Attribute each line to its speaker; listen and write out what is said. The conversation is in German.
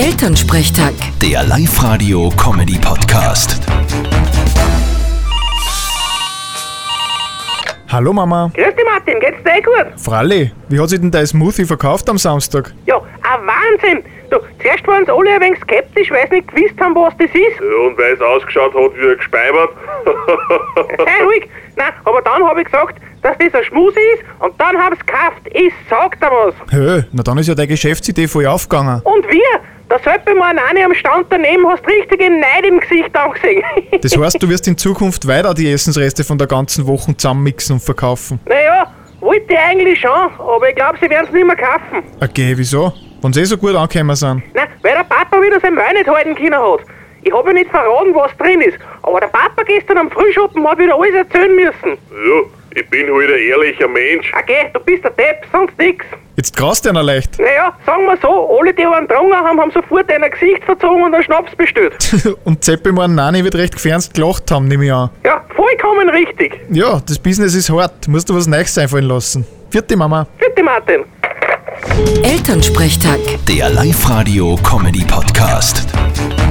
Speaker 1: Elternsprechtag.
Speaker 2: Der Live-Radio-Comedy-Podcast.
Speaker 3: Hallo Mama,
Speaker 4: Grüß dich, Martin, geht's dir eh gut?
Speaker 3: Fralli, wie hat sich denn dein Smoothie verkauft am Samstag?
Speaker 4: Ja, ein Wahnsinn! Du, zuerst waren sie alle ein wenig skeptisch, weil sie nicht gewusst haben, was das ist.
Speaker 5: Ja, und weil es ausgeschaut hat wie ein Gespeibert.
Speaker 4: Sei ruhig! Nein, aber dann habe ich gesagt, dass das ein Schmus ist und dann haben sie gekauft. Ich sag dir was!
Speaker 3: Hö, na dann ist ja deine Geschäftsidee voll aufgegangen.
Speaker 4: Und wir, da sollte man eine am Stand daneben, hast richtig in Neid im Gesicht angesehen.
Speaker 3: Das heißt, du wirst in Zukunft weiter die Essensreste von der ganzen Woche zusammenmixen und verkaufen.
Speaker 4: naja, wollte ich eigentlich schon, aber ich glaube, sie werden es nicht mehr kaufen.
Speaker 3: Okay, wieso? Wenn sie eh so gut angekommen sind.
Speaker 4: Nein, weil der Papa wieder sein Wein nicht halten können hat. Ich habe nicht verraten, was drin ist, aber der Papa gestern am Frühschoppen hat wieder alles erzählen müssen.
Speaker 5: ja, ich bin halt ein ehrlicher Mensch.
Speaker 4: Okay, du bist der Depp, sonst nix.
Speaker 3: Jetzt graust dir einer leicht.
Speaker 4: Naja, sagen wir so, alle, die einen getrunken haben, haben sofort ein Gesicht verzogen und einen Schnaps bestellt.
Speaker 3: und Zeppelmann Nani wird recht gefernst gelacht haben, nehme ich an.
Speaker 4: Ja, vollkommen richtig.
Speaker 3: Ja, das Business ist hart, musst du was Neues einfallen lassen. Vierte Mama.
Speaker 4: Bitte, Martin.
Speaker 1: Elternsprechtag.
Speaker 2: Der Live-Radio-Comedy-Podcast.